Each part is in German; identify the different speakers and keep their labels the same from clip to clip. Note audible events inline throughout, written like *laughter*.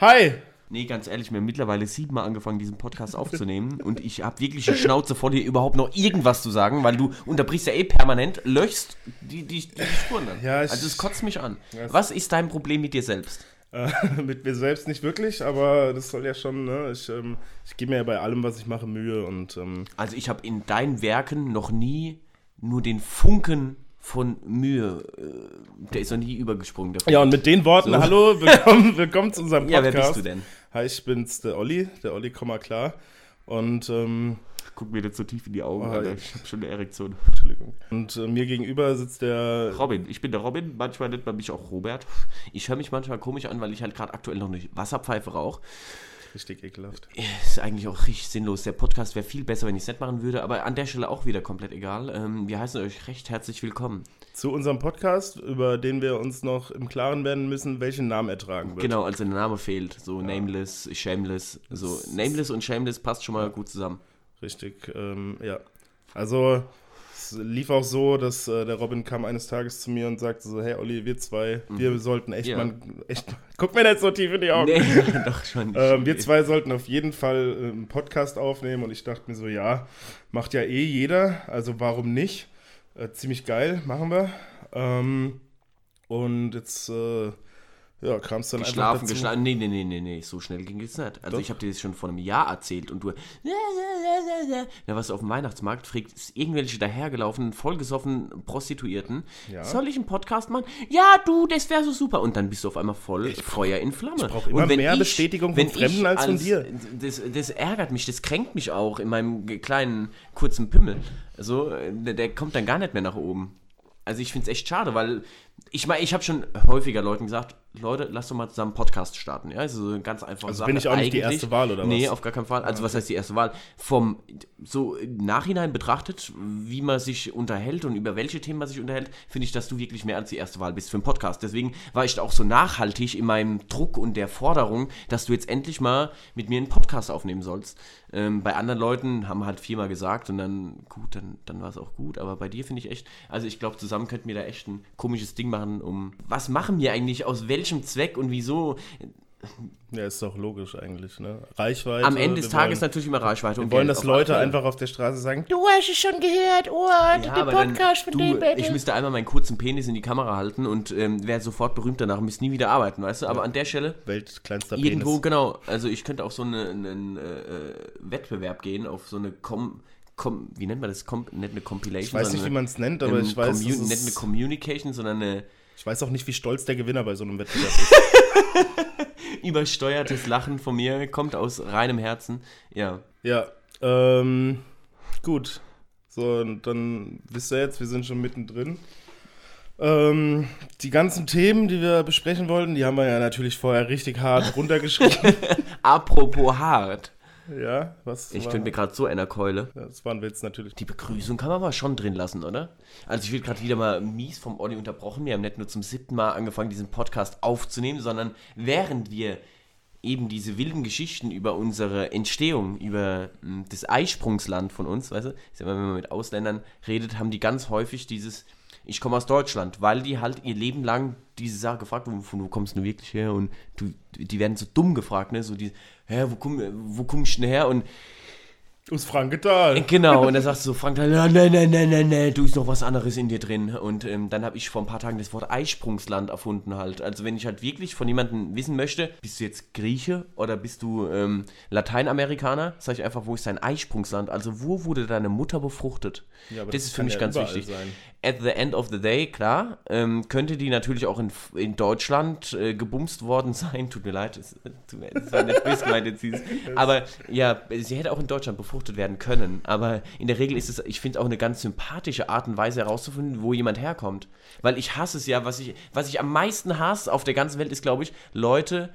Speaker 1: Hi!
Speaker 2: Nee, ganz ehrlich, wir haben mittlerweile siebenmal angefangen, diesen
Speaker 1: *laughs*
Speaker 2: Podcast aufzunehmen und ich habe wirklich die Schnauze voll, hier überhaupt noch irgendwas zu sagen, weil du unterbrichst ja eh permanent, löchst die, die, die Spuren dann.
Speaker 1: Ja, ich-
Speaker 2: also es kotzt mich an. Was ist dein Problem mit dir selbst?
Speaker 1: Äh, *laughs* mit mir selbst nicht wirklich, aber das soll ja schon, ne? Ich, ähm, ich gebe mir ja bei allem, was ich mache, Mühe und ähm,
Speaker 2: Also ich habe in deinen Werken noch nie nur den Funken von Mühe, äh, der ist noch nie übergesprungen. Der
Speaker 1: ja, und mit den Worten,
Speaker 2: So.
Speaker 1: *laughs* hallo, willkommen, willkommen zu unserem
Speaker 2: Ja,
Speaker 1: Podcast.
Speaker 2: wer bist du denn?
Speaker 1: Hi, ich bin's, der Olli, der Olli, komm mal klar. Und, ähm,
Speaker 2: Guck mir jetzt so tief in die Augen,
Speaker 1: Oh,
Speaker 2: Alter.
Speaker 1: ey.
Speaker 2: Ich habe schon eine Erektion.
Speaker 1: Entschuldigung. Und äh, mir gegenüber sitzt der,
Speaker 2: Robin, ich bin der Robin, manchmal nennt man mich auch Robert. Ich höre mich manchmal komisch an, weil ich halt gerade aktuell noch eine Wasserpfeife rauche.
Speaker 1: richtig ekelhaft.
Speaker 2: Ist eigentlich auch richtig sinnlos. Der Podcast wäre viel besser, wenn ich es nicht machen würde, aber an der Stelle auch wieder komplett egal. Ähm, wir heißen euch recht herzlich willkommen.
Speaker 1: Zu unserem Podcast, über den wir uns noch im Klaren werden müssen, welchen Namen er tragen wird.
Speaker 2: Genau, also der Name fehlt. So Nameless, Shameless. So Nameless und Shameless passt schon mal gut zusammen.
Speaker 1: Richtig, ähm, ja. Also, es lief auch so, dass äh, der Robin kam eines Tages zu mir und sagte so, hey Olli, wir zwei, wir sollten echt
Speaker 2: Mhm. Ja.
Speaker 1: mal, echt mal, *laughs* guck mir nicht so tief in die Augen.
Speaker 2: Nee, *laughs* doch schon. nicht.
Speaker 1: Ähm, wir zwei sollten auf jeden Fall äh, einen Podcast aufnehmen und ich dachte mir so, ja, macht ja eh jeder, also warum nicht? Äh, ziemlich geil, machen wir. Ähm, und jetzt, äh, ja, kam es dann einfach
Speaker 2: Geschlafen,
Speaker 1: dazu.
Speaker 2: geschlafen. Nee, nee, nee, nee, nee, so schnell ging es nicht. Also
Speaker 1: Doch.
Speaker 2: ich habe dir das schon vor einem Jahr erzählt und du. *laughs* Na, was auf dem Weihnachtsmarkt fragt, ist irgendwelche dahergelaufenen, vollgesoffenen Prostituierten.
Speaker 1: Ja.
Speaker 2: Soll ich einen Podcast machen? Ja, du, das wäre so super. Und dann bist du auf einmal voll Feuer in Flamme. Ich
Speaker 1: brauch immer mehr Bestätigung von Fremden als von dir.
Speaker 2: Das, das ärgert mich, das kränkt mich auch in meinem ge- kleinen, kurzen Pimmel. So, äh, der, der kommt dann gar nicht mehr nach oben. Also ich finde es echt schade, weil ich meine, ich habe schon häufiger Leuten gesagt, Leute, lasst doch mal zusammen einen Podcast starten. Ja, also so eine ganz einfache
Speaker 1: Also
Speaker 2: Sache.
Speaker 1: bin ich auch nicht die erste Wahl, oder was?
Speaker 2: Nee, auf gar keinen Fall. Also was heißt die erste Wahl? Vom so im Nachhinein betrachtet, wie man sich unterhält und über welche Themen man sich unterhält, finde ich, dass du wirklich mehr als die erste Wahl bist für einen Podcast. Deswegen war ich auch so nachhaltig in meinem Druck und der Forderung, dass du jetzt endlich mal mit mir einen Podcast aufnehmen sollst. Ähm, bei anderen Leuten haben halt viermal gesagt und dann, gut, dann, dann war es auch gut. Aber bei dir finde ich echt, also ich glaube, zusammen könnten wir da echt ein komisches Ding machen, um was machen wir eigentlich, aus welchem Zweck und wieso.
Speaker 1: Ja, ist doch logisch eigentlich, ne? Reichweite.
Speaker 2: Am Ende des
Speaker 1: wir
Speaker 2: Tages
Speaker 1: wollen,
Speaker 2: natürlich immer Reichweite und
Speaker 1: wir wollen,
Speaker 2: Geld
Speaker 1: dass
Speaker 2: auf
Speaker 1: Leute
Speaker 2: alle.
Speaker 1: einfach auf der Straße sagen,
Speaker 3: Du hast es schon gehört, oh, heute
Speaker 2: Ja,
Speaker 3: der
Speaker 2: aber dann,
Speaker 3: Podcast von
Speaker 2: du,
Speaker 3: dem Battle.
Speaker 2: ich müsste einmal meinen kurzen Penis in die Kamera halten und ähm, wäre sofort berühmt danach, und müsste nie wieder arbeiten, weißt du? Aber an der Stelle,
Speaker 1: weltkleinster
Speaker 2: irgendwo,
Speaker 1: Penis.
Speaker 2: genau, also ich könnte auf so eine- einen äh, äh, Wettbewerb gehen, auf so eine Com, Com, wie nennt man das? Com, nicht eine Compilation,
Speaker 1: Ich weiß nicht, wie man es nennt, aber
Speaker 2: sondern eine,
Speaker 1: ich weiß,
Speaker 2: Commun-
Speaker 1: es
Speaker 2: nicht eine
Speaker 1: ist,
Speaker 2: Communication, sondern eine
Speaker 1: ich weiß auch nicht, wie stolz der Gewinner bei so einem Wettbewerb ist.
Speaker 2: übersteuertes Lachen von mir, kommt aus reinem Herzen. Ja,
Speaker 1: Ja, ähm, gut. So, und dann wisst ihr jetzt, wir sind schon mittendrin. Ähm, die ganzen Themen, die wir besprechen wollten, die haben wir ja natürlich vorher richtig
Speaker 2: *laughs*
Speaker 1: hart runtergeschrieben.
Speaker 2: apropos hart.
Speaker 1: ja, was?
Speaker 2: Ich
Speaker 1: war,
Speaker 2: könnte mir gerade so einer Keule.
Speaker 1: das waren wir jetzt natürlich.
Speaker 2: Die Begrüßung kann man aber schon drin lassen, oder? Also ich werde gerade wieder mal mies vom Olli unterbrochen. Wir haben nicht nur zum siebten Mal angefangen, diesen Podcast aufzunehmen, sondern während wir eben diese wilden Geschichten über unsere Entstehung, über mh, das Eisprungsland von uns, weißt du, ich sag mal, wenn man mit Ausländern redet, haben die ganz häufig dieses, ich komme aus Deutschland, weil die halt ihr Leben lang diese Sache gefragt wurden, von wo kommst du denn wirklich her? Und du, die werden so dumm gefragt, ne? So die, hä, wo, komm, wo kommst du denn her? Und
Speaker 1: Aus Frankenthal.
Speaker 2: Genau, und dann sagst du so, Frank, dann, ja, nee, nee, nee, nee, nee, du ist noch was anderes in dir drin. Und ähm, dann habe ich vor ein paar Tagen das Wort Eisprungsland erfunden halt. Also wenn ich halt wirklich von jemandem wissen möchte, bist du jetzt Grieche oder bist du ähm, Lateinamerikaner, sage ich einfach, wo ist dein Eisprungsland? Also wo wurde deine Mutter befruchtet?
Speaker 1: Ja, aber
Speaker 2: das,
Speaker 1: das
Speaker 2: ist für
Speaker 1: kann
Speaker 2: mich
Speaker 1: ja
Speaker 2: ganz
Speaker 1: überall
Speaker 2: wichtig.
Speaker 1: sein.
Speaker 2: At the end of the day, klar, ähm, könnte die natürlich auch in, in Deutschland äh, gebumst worden *laughs* sein. Tut mir leid, es, tut mir- es war nicht böse gemeint,
Speaker 1: *laughs*
Speaker 2: jetzt hieß. es. Aber ja, sie hätte auch in Deutschland befruchtet werden können. Aber in der Regel ist es, ich finde, auch eine ganz sympathische Art und Weise herauszufinden, wo jemand herkommt. Weil ich hasse es ja, was ich, was ich am meisten hasse auf der ganzen Welt ist, glaube ich, Leute,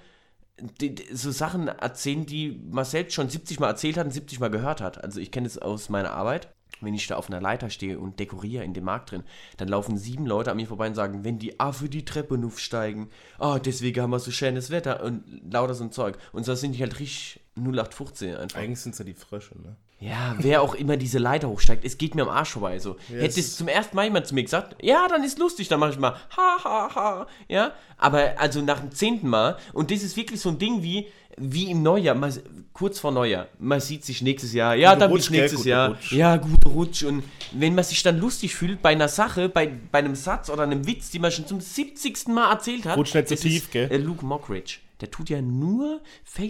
Speaker 2: die, die, so Sachen erzählen, die Marcel schon 70 Mal erzählt hat und 70 Mal gehört hat. Also ich kenne es aus meiner Arbeit. Wenn ich da auf einer Leiter stehe und dekoriere in dem Markt drin, dann laufen sieben Leute an mir vorbei und sagen, wenn die A für die Treppe nufsteigen, ah, deswegen haben wir so schönes Wetter und lauter so ein Zeug. Und so sind die halt richtig 0815 einfach.
Speaker 1: Eigentlich sind es ja die Frösche, ne?
Speaker 2: Ja, wer auch immer diese Leiter hochsteigt, es geht mir am Arsch vorbei. So.
Speaker 1: Ja, es
Speaker 2: Hätte es
Speaker 1: ist-
Speaker 2: zum ersten Mal jemand zu mir gesagt, ja, dann ist lustig, dann mach ich mal ha, ha, ha. Ja, aber also nach dem zehnten Mal, und das ist wirklich so ein Ding wie, wie im Neujahr, man, kurz vor Neujahr, man sieht sich nächstes Jahr, ja,
Speaker 1: Guter
Speaker 2: dann
Speaker 1: Rutsch,
Speaker 2: bis
Speaker 1: gell,
Speaker 2: nächstes
Speaker 1: guter
Speaker 2: Jahr,
Speaker 1: Rutsch.
Speaker 2: ja, gut Rutsch. Und wenn man sich dann lustig fühlt bei einer Sache, bei, bei einem Satz oder einem Witz, den man schon zum 70. Mal erzählt hat,
Speaker 1: Rutsch nicht so
Speaker 2: das
Speaker 1: tief,
Speaker 2: ist,
Speaker 1: gell?
Speaker 2: Äh, Luke Mockridge, der tut ja nur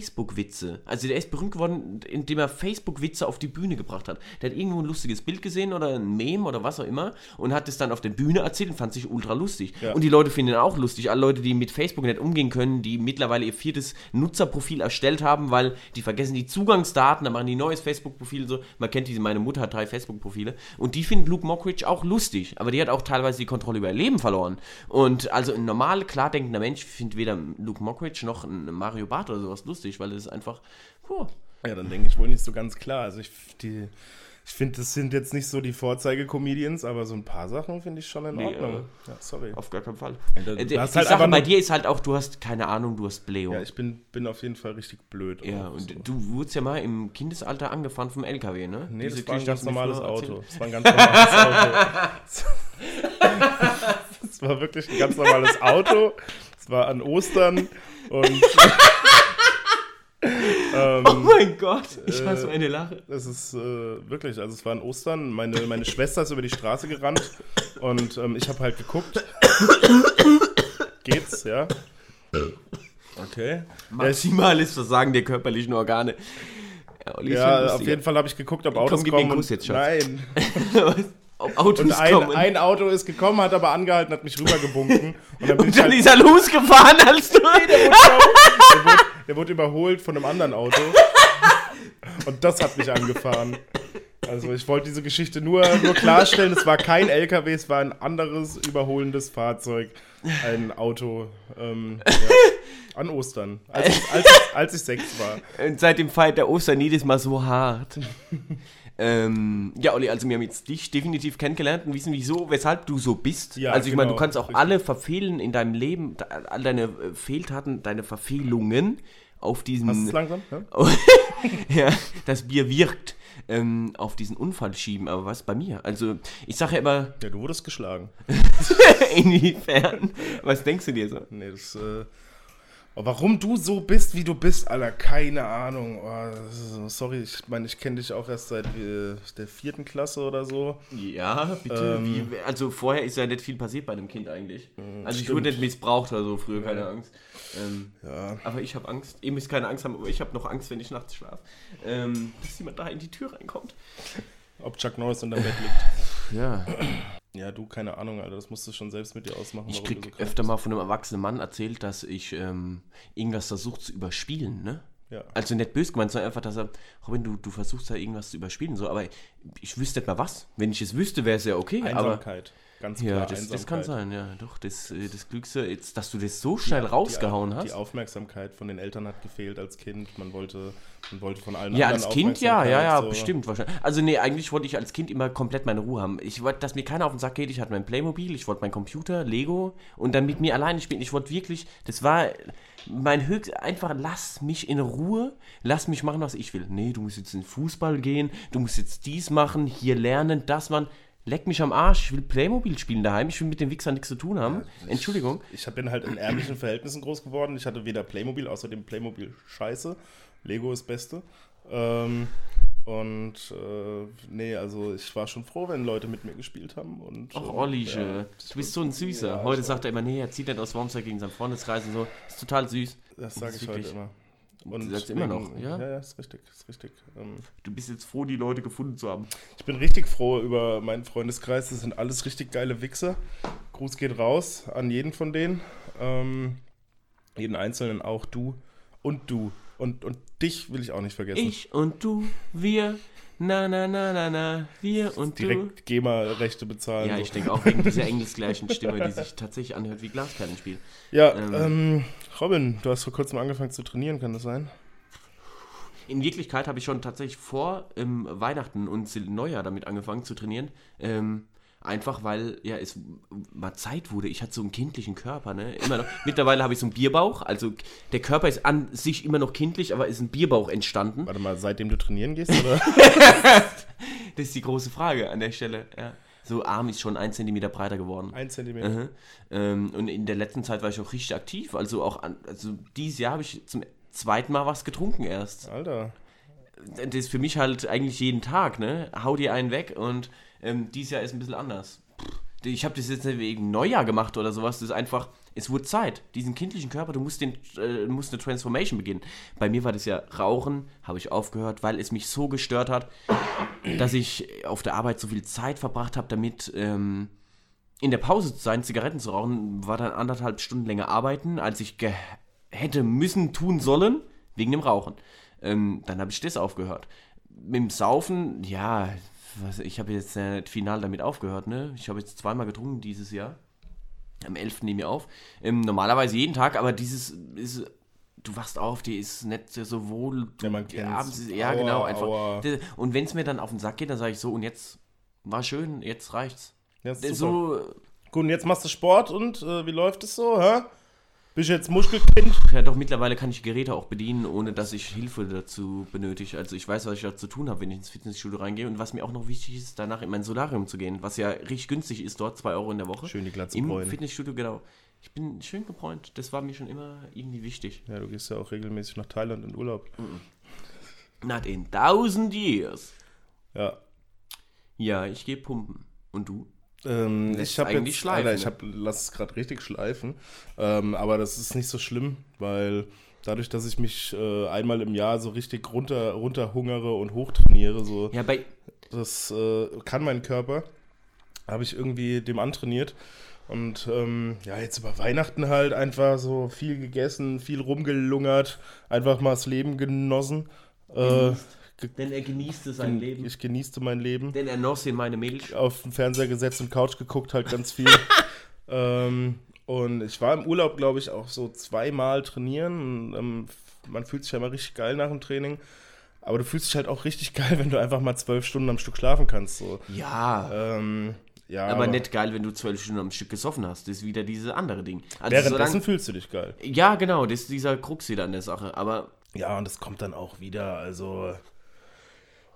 Speaker 2: Facebook-Witze. Also der ist berühmt geworden, indem er Facebook-Witze auf die Bühne gebracht hat. Der hat irgendwo ein lustiges Bild gesehen oder ein Meme oder was auch immer und hat es dann auf der Bühne erzählt und fand sich ultra lustig.
Speaker 1: Ja.
Speaker 2: Und die Leute finden ihn auch lustig. Alle Leute, die mit Facebook nicht umgehen können, die mittlerweile ihr viertes Nutzerprofil erstellt haben, weil die vergessen die Zugangsdaten, dann machen die ein neues Facebook-Profil so. Man kennt diese, meine Mutter hat drei Facebook-Profile. Und die finden Luke Mockridge auch lustig. Aber die hat auch teilweise die Kontrolle über ihr Leben verloren. Und also ein normal, klar denkender Mensch findet weder Luke Mockridge noch ein Mario Barth oder sowas lustig, weil das ist einfach, puh,
Speaker 1: Ja, dann denke ich wohl nicht so ganz klar. Also ich, die, ich finde, das sind jetzt nicht so die Vorzeige-Comedians, aber so ein paar Sachen finde ich schon in
Speaker 2: Nee,
Speaker 1: Ordnung.
Speaker 2: äh,
Speaker 1: ja, sorry.
Speaker 2: auf gar keinen Fall.
Speaker 1: du
Speaker 2: Äh, die
Speaker 1: hast
Speaker 2: die
Speaker 1: halt
Speaker 2: Sache
Speaker 1: einfach
Speaker 2: bei
Speaker 1: nur-
Speaker 2: dir ist halt auch, du hast keine Ahnung, du hast Blähung.
Speaker 1: Ja, ich bin, bin auf jeden Fall richtig blöd.
Speaker 2: Ja,
Speaker 1: auch
Speaker 2: und
Speaker 1: so.
Speaker 2: du wurdest ja mal im Kindesalter angefahren vom LKW, ne?
Speaker 1: Nee,
Speaker 2: Diese
Speaker 1: das war ein
Speaker 2: Geschichte
Speaker 1: ganz
Speaker 2: hast du mir
Speaker 1: normales
Speaker 2: früher erzählt.
Speaker 1: Auto. Das war ein ganz normales
Speaker 2: *laughs*
Speaker 1: Auto. Das war wirklich ein ganz normales Auto. Es war an Ostern und
Speaker 2: Oh mein Gott, ich
Speaker 1: Äh,
Speaker 2: hasse meine Lache.
Speaker 1: es ist äh, wirklich, also es war an Ostern. Meine, meine Schwester ist über die Straße gerannt und ähm, ich habe halt geguckt. Geht's, ja? Okay.
Speaker 2: Maximales Versagen der körperlichen Organe. Ja, Olli ist schon
Speaker 1: Ja,
Speaker 2: lustiger.
Speaker 1: auf jeden Fall habe ich geguckt, ob Autos
Speaker 2: gib mir einen
Speaker 1: kommen.
Speaker 2: Kuss jetzt, Schatz.
Speaker 1: nein,
Speaker 2: *laughs* Ob Autos
Speaker 1: Und ein,
Speaker 2: kommen.
Speaker 1: ein Auto ist gekommen, hat aber angehalten, hat mich rübergebunken. Und dann bin
Speaker 2: und
Speaker 1: ich
Speaker 2: dann
Speaker 1: halt,
Speaker 2: ist er losgefahren, als
Speaker 1: *laughs*
Speaker 2: du.
Speaker 1: der, wurde, der wurde überholt von einem anderen Auto. Und das hat mich angefahren. Also ich wollte diese Geschichte nur, nur klarstellen, es war kein LKW, es war ein anderes überholendes Fahrzeug. Ein Auto ähm, ja, an Ostern, als ich, als, ich, als ich sechs war.
Speaker 2: Und seit dem Fight der Ostern jedes Mal so
Speaker 1: *laughs*
Speaker 2: hart. ähm, ja, Olli, also wir haben jetzt dich definitiv kennengelernt und wissen, wieso, weshalb du so bist.
Speaker 1: Ja,
Speaker 2: also ich meine, du
Speaker 1: genau,
Speaker 2: kannst auch
Speaker 1: richtig.
Speaker 2: alle verfehlen in deinem Leben, da- all deine äh, Fehltaten, deine Verfehlungen auf diesen...
Speaker 1: Hast du es langsam? Ja?
Speaker 2: ja, das Bier wirkt ähm, auf diesen Unfall schieben, aber was bei mir? Also, ich sage ja immer, *laughs*
Speaker 1: ja, du wurdest geschlagen.
Speaker 2: inwiefern, was denkst du dir so?
Speaker 1: Nee, das, äh, oh, warum du so bist, wie du bist, Alter, keine Ahnung. Oh, das ist- sorry, ich meine, ich kenne dich auch erst seit äh, der vierten Klasse oder so.
Speaker 2: Ja, bitte. Wie, also, vorher ist ja nicht viel passiert bei einem Kind eigentlich. Also, ich
Speaker 1: stimmt.
Speaker 2: wurde nicht missbraucht oder so früher, keine Angst. Ähm,
Speaker 1: Ja.
Speaker 2: Aber ich habe Angst. Ihr müsst keine Angst haben, aber ich habe noch Angst, wenn ich nachts schlafe. Ähm, dass jemand da in die Tür reinkommt.
Speaker 1: Ob Chuck Norris unterm Bett liegt. *laughs*
Speaker 2: Ja,
Speaker 1: Ja, du, keine Ahnung, Alter, das musst du schon selbst mit dir ausmachen.
Speaker 2: ich
Speaker 1: warum
Speaker 2: krieg
Speaker 1: du so krank
Speaker 2: öfter mal von einem erwachsenen Mann erzählt, dass ich ähm, irgendwas versucht zu überspielen, ne?
Speaker 1: Ja.
Speaker 2: Also nicht böse gemeint, sondern einfach, dass er, Robin, du, du versuchst da irgendwas zu überspielen, so, aber ich wüsste nicht mal was. Wenn ich es wüsste, wäre es ja okay,
Speaker 1: bist.
Speaker 2: aber.
Speaker 1: Einsamkeit, ganz klar.
Speaker 2: Ja, das, das kann
Speaker 1: Einsamkeit.
Speaker 2: sein, ja. Doch, das, äh, das Glückste, jetzt, dass du das so schnell rausgehauen
Speaker 1: die,
Speaker 2: hast.
Speaker 1: Die Aufmerksamkeit von den Eltern hat gefehlt als Kind. Man wollte, man wollte von allen
Speaker 2: Ja,
Speaker 1: anderen
Speaker 2: als Kind, ja, ja, ja,
Speaker 1: Aufmerksamkeit, so.
Speaker 2: bestimmt wahrscheinlich. Also nee, eigentlich wollte ich als Kind immer komplett meine Ruhe haben. Ich wollte, dass mir keiner auf den Sack geht. Ich hatte mein Playmobil, ich wollte meinen Computer, Lego und dann mit mir alleine spielen. Ich wollte wirklich, das war mein höchst einfach lass mich in Ruhe, lass mich machen, was ich will. Nee, du musst jetzt in den Fußball gehen, du musst jetzt dies machen, hier lernen, das machen. Leck mich am Arsch, ich will Playmobil spielen daheim, ich will mit dem Wichser nichts zu tun haben. Entschuldigung.
Speaker 1: Ich hab- bin halt in ärmlichen Verhältnissen groß geworden. Ich hatte weder Playmobil, außerdem Playmobil scheiße. Lego ist Beste. Ähm, und äh, nee, also ich war schon froh, wenn Leute mit mir gespielt haben. Und,
Speaker 2: Och,
Speaker 1: äh,
Speaker 2: Ollische,
Speaker 1: ja,
Speaker 2: du bist so ein Süßer.
Speaker 1: Ja,
Speaker 2: Heute
Speaker 1: ich-
Speaker 2: sagt er immer, nee, er zieht nicht aus Wormser gegen seinen Freundeskreis und so. Ist total süß.
Speaker 1: Das sage
Speaker 2: ist
Speaker 1: ich heute
Speaker 2: wirklich-
Speaker 1: immer.
Speaker 2: sagst immer noch,
Speaker 1: deswegen-
Speaker 2: ja?
Speaker 1: Ja, ja, ist richtig, ist richtig. Ähm,
Speaker 2: Du bist jetzt froh, die Leute gefunden zu haben.
Speaker 1: ich bin richtig froh über meinen Freundeskreis. Das sind alles richtig geile Wichser. Gruß geht raus an jeden von denen. Ähm, jeden Einzelnen, auch du und du. Und, und dich will ich auch nicht vergessen.
Speaker 2: Ich und du, wir, na na na na na, wir und du.
Speaker 1: direkt GEMA-Rechte bezahlen.
Speaker 2: Ja, ich
Speaker 1: so.
Speaker 2: denke auch wegen dieser engelsgleichen Stimme, die sich tatsächlich anhört wie Glasperlenspiel.
Speaker 1: ja
Speaker 2: ähm,
Speaker 1: ähm, Robin, du hast vor kurzem angefangen zu trainieren, kann das sein?
Speaker 2: In Wirklichkeit habe ich schon tatsächlich vor ähm, Weihnachten und Sil- Neujahr damit angefangen zu trainieren. Ähm, Einfach weil, ja, es mal Zeit wurde. Ich hatte so einen kindlichen Körper, ne? Immer noch. Mittlerweile habe ich so einen Bierbauch. Also der Körper ist an sich immer noch kindlich, aber ist ein Bierbauch entstanden.
Speaker 1: Warte mal, seitdem du trainieren gehst,
Speaker 2: *laughs*
Speaker 1: oder?
Speaker 2: Das ist die große Frage an der Stelle. Ja. So Arm ist schon ein Zentimeter breiter geworden.
Speaker 1: Ein Zentimeter.
Speaker 2: Mhm. Ähm, und in der letzten Zeit war ich auch richtig aktiv. Also auch an, also dieses Jahr habe ich zum zweiten Mal was getrunken erst.
Speaker 1: Alter.
Speaker 2: Das ist für mich halt eigentlich jeden Tag, ne? Hau dir einen weg und ähm, dieses Jahr ist ein bisschen anders. Pff, Ich habe das jetzt nicht wegen Neujahr gemacht oder sowas. Das ist einfach, es wurde Zeit. Diesen kindlichen Körper, du musst, den, äh, musst eine Transformation beginnen. Bei mir war das ja Rauchen, habe ich aufgehört, weil es mich so gestört hat, dass ich auf der Arbeit so viel Zeit verbracht habe, damit ähm, in der Pause zu sein, Zigaretten zu rauchen, war dann anderthalb Stunden länger arbeiten, als ich ge hätte müssen tun sollen, wegen dem Rauchen. Ähm, dann habe ich das aufgehört. Mit dem Saufen, ja, was, ich habe jetzt äh, nicht final damit aufgehört, ne? Ich habe jetzt zweimal getrunken dieses Jahr. Am 11. nehme ich auf. Ähm, normalerweise jeden Tag, aber dieses ist, du wachst auf, dir ist nicht so wohl. Du,
Speaker 1: Ja, man kennt's.
Speaker 2: Abends ist, ja,
Speaker 1: Aua,
Speaker 2: genau, einfach.
Speaker 1: aua.
Speaker 2: Das- Und wenn es mir dann auf den Sack geht, dann sage ich so, und jetzt war schön, jetzt reicht's.
Speaker 1: Ja, ist super.
Speaker 2: So,
Speaker 1: Gut, und jetzt machst du Sport und äh, wie läuft es so, hä? Bist du jetzt Muschelkind?
Speaker 2: ja doch, mittlerweile kann ich Geräte auch bedienen, ohne dass ich Hilfe dazu benötige. Also ich weiß, was ich da zu tun habe, wenn ich ins Fitnessstudio reingehe. Und was mir auch noch wichtig ist, danach in mein Solarium zu gehen, was ja richtig günstig ist, dort 2 Euro in der Woche.
Speaker 1: Schön die Glatze
Speaker 2: Im
Speaker 1: bräunen.
Speaker 2: Fitnessstudio, genau. Ich bin schön gebräunt. Das war mir schon immer irgendwie wichtig.
Speaker 1: Ja, du gehst ja auch regelmäßig nach Thailand in Urlaub.
Speaker 2: Not in thousand years.
Speaker 1: Ja.
Speaker 2: Ja, ich gehe pumpen. Und du?
Speaker 1: Ähm,
Speaker 2: Lässt
Speaker 1: ich habe
Speaker 2: eigentlich
Speaker 1: jetzt,
Speaker 2: schleifen,
Speaker 1: Alter, ich
Speaker 2: ne?
Speaker 1: hab, lass es gerade richtig schleifen, ähm, aber das ist nicht so schlimm, weil dadurch, dass ich mich äh, einmal im Jahr so richtig runter, runterhungere und hochtrainiere, so
Speaker 2: Ja, bei,
Speaker 1: das äh, kann mein Körper, habe ich irgendwie dem antrainiert und ähm, ja jetzt über Weihnachten halt einfach so viel gegessen, viel rumgelungert, einfach mal das Leben genossen. Äh, ge
Speaker 2: denn er genießte sein Leben.
Speaker 1: ich genießte mein Leben
Speaker 2: denn er noss in meine Milch.
Speaker 1: auf den Fernseher gesetzt und Couch geguckt, halt ganz viel. ähm, und ich war im Urlaub, glaube ich, auch so zweimal trainieren. Und, ähm, f- man fühlt sich ja mal richtig geil nach dem Training. Aber du fühlst dich halt auch richtig geil, wenn du einfach mal zwölf Stunden am Stück schlafen kannst. So.
Speaker 2: Ja.
Speaker 1: Ähm, ja,
Speaker 2: Aber, nicht geil, wenn du zwölf Stunden am Stück gesoffen hast. Das ist wieder dieses andere Ding. Also
Speaker 1: Währenddessen
Speaker 2: solange-
Speaker 1: fühlst du dich geil.
Speaker 2: ja, genau, das ist dieser Krux wieder an der Sache. Aber
Speaker 1: Ja, und das kommt dann auch wieder. Also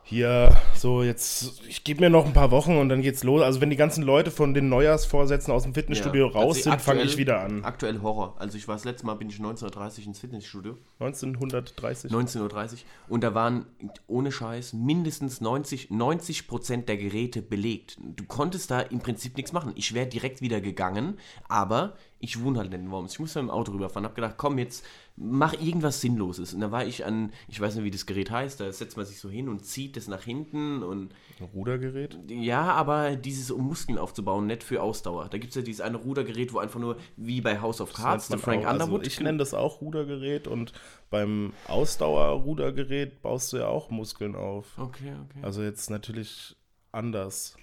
Speaker 1: hier, so jetzt, ich gebe mir noch ein paar Wochen und dann geht's los. Also wenn die ganzen Leute von den Neujahrsvorsätzen aus dem Fitnessstudio
Speaker 2: ja,
Speaker 1: raus
Speaker 2: also
Speaker 1: sind, fange
Speaker 2: aktuell-
Speaker 1: ich wieder an.
Speaker 2: Aktuell Horror. Also ich war das letzte Mal, bin ich 19.30 Uhr ins Fitnessstudio.
Speaker 1: 1930.
Speaker 2: 19.30 Uhr. Und da waren ohne Scheiß mindestens 90, 90 Prozent der Geräte belegt. Du konntest da im Prinzip nichts machen. Ich wäre direkt wieder gegangen, aber ich wohne halt in Worms. Ich musste mit dem Auto rüberfahren. Hab gedacht, komm, jetzt mach irgendwas Sinnloses. Und da war ich an, ich weiß nicht, wie das Gerät heißt, da setzt man sich so hin und zieht das nach hinten und
Speaker 1: Ein Rudergerät?
Speaker 2: ja, aber dieses, um Muskeln aufzubauen, nicht für Ausdauer. Da gibt es ja dieses eine Rudergerät, wo einfach nur, wie bei House of Cards, der
Speaker 1: nennt man
Speaker 2: Frank
Speaker 1: auch,
Speaker 2: Underwood.
Speaker 1: Also ich nenne das auch Rudergerät und beim Ausdauerrudergerät baust du ja auch Muskeln auf.
Speaker 2: okay, okay.
Speaker 1: Also jetzt natürlich anders.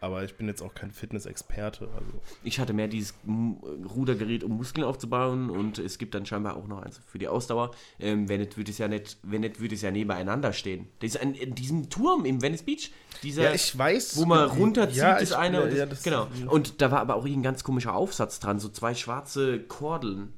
Speaker 1: Aber ich bin jetzt auch kein Fitness-Experte. Also.
Speaker 2: Ich hatte mehr dieses M- Rudergerät, um Muskeln aufzubauen und es gibt dann scheinbar auch noch eins für die Ausdauer. Ähm, wenn nicht, würde es ja nicht, wenn nicht, würde es ja nebeneinander stehen. Das ist ein, in diesem Turm im Venice Beach, dieser,
Speaker 1: weiß. äh,
Speaker 2: wo man runterzieht, das eine und das,
Speaker 1: ja, das,
Speaker 2: genau. Und da war aber auch ein ganz komischer Aufsatz dran, so zwei schwarze Kordeln.